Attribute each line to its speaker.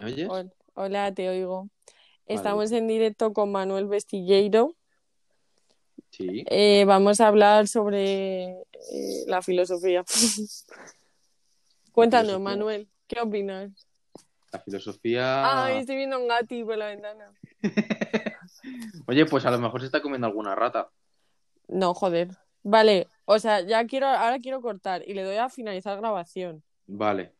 Speaker 1: ¿Me oyes?
Speaker 2: Hol- Hola, te oigo.
Speaker 1: Vale.
Speaker 2: Estamos en directo con Manuel Vestilleiro.
Speaker 1: Sí.
Speaker 2: Eh, vamos a hablar sobre eh, la filosofía. Cuéntanos,
Speaker 1: filosofía.
Speaker 2: Manuel, ¿qué opinas?
Speaker 1: La filosofía.
Speaker 2: Ay, estoy viendo un gati por la ventana.
Speaker 1: Oye, pues a lo mejor se está comiendo alguna rata.
Speaker 2: No, joder. Vale, o sea, ya quiero, ahora quiero cortar y le doy a finalizar grabación.
Speaker 1: Vale.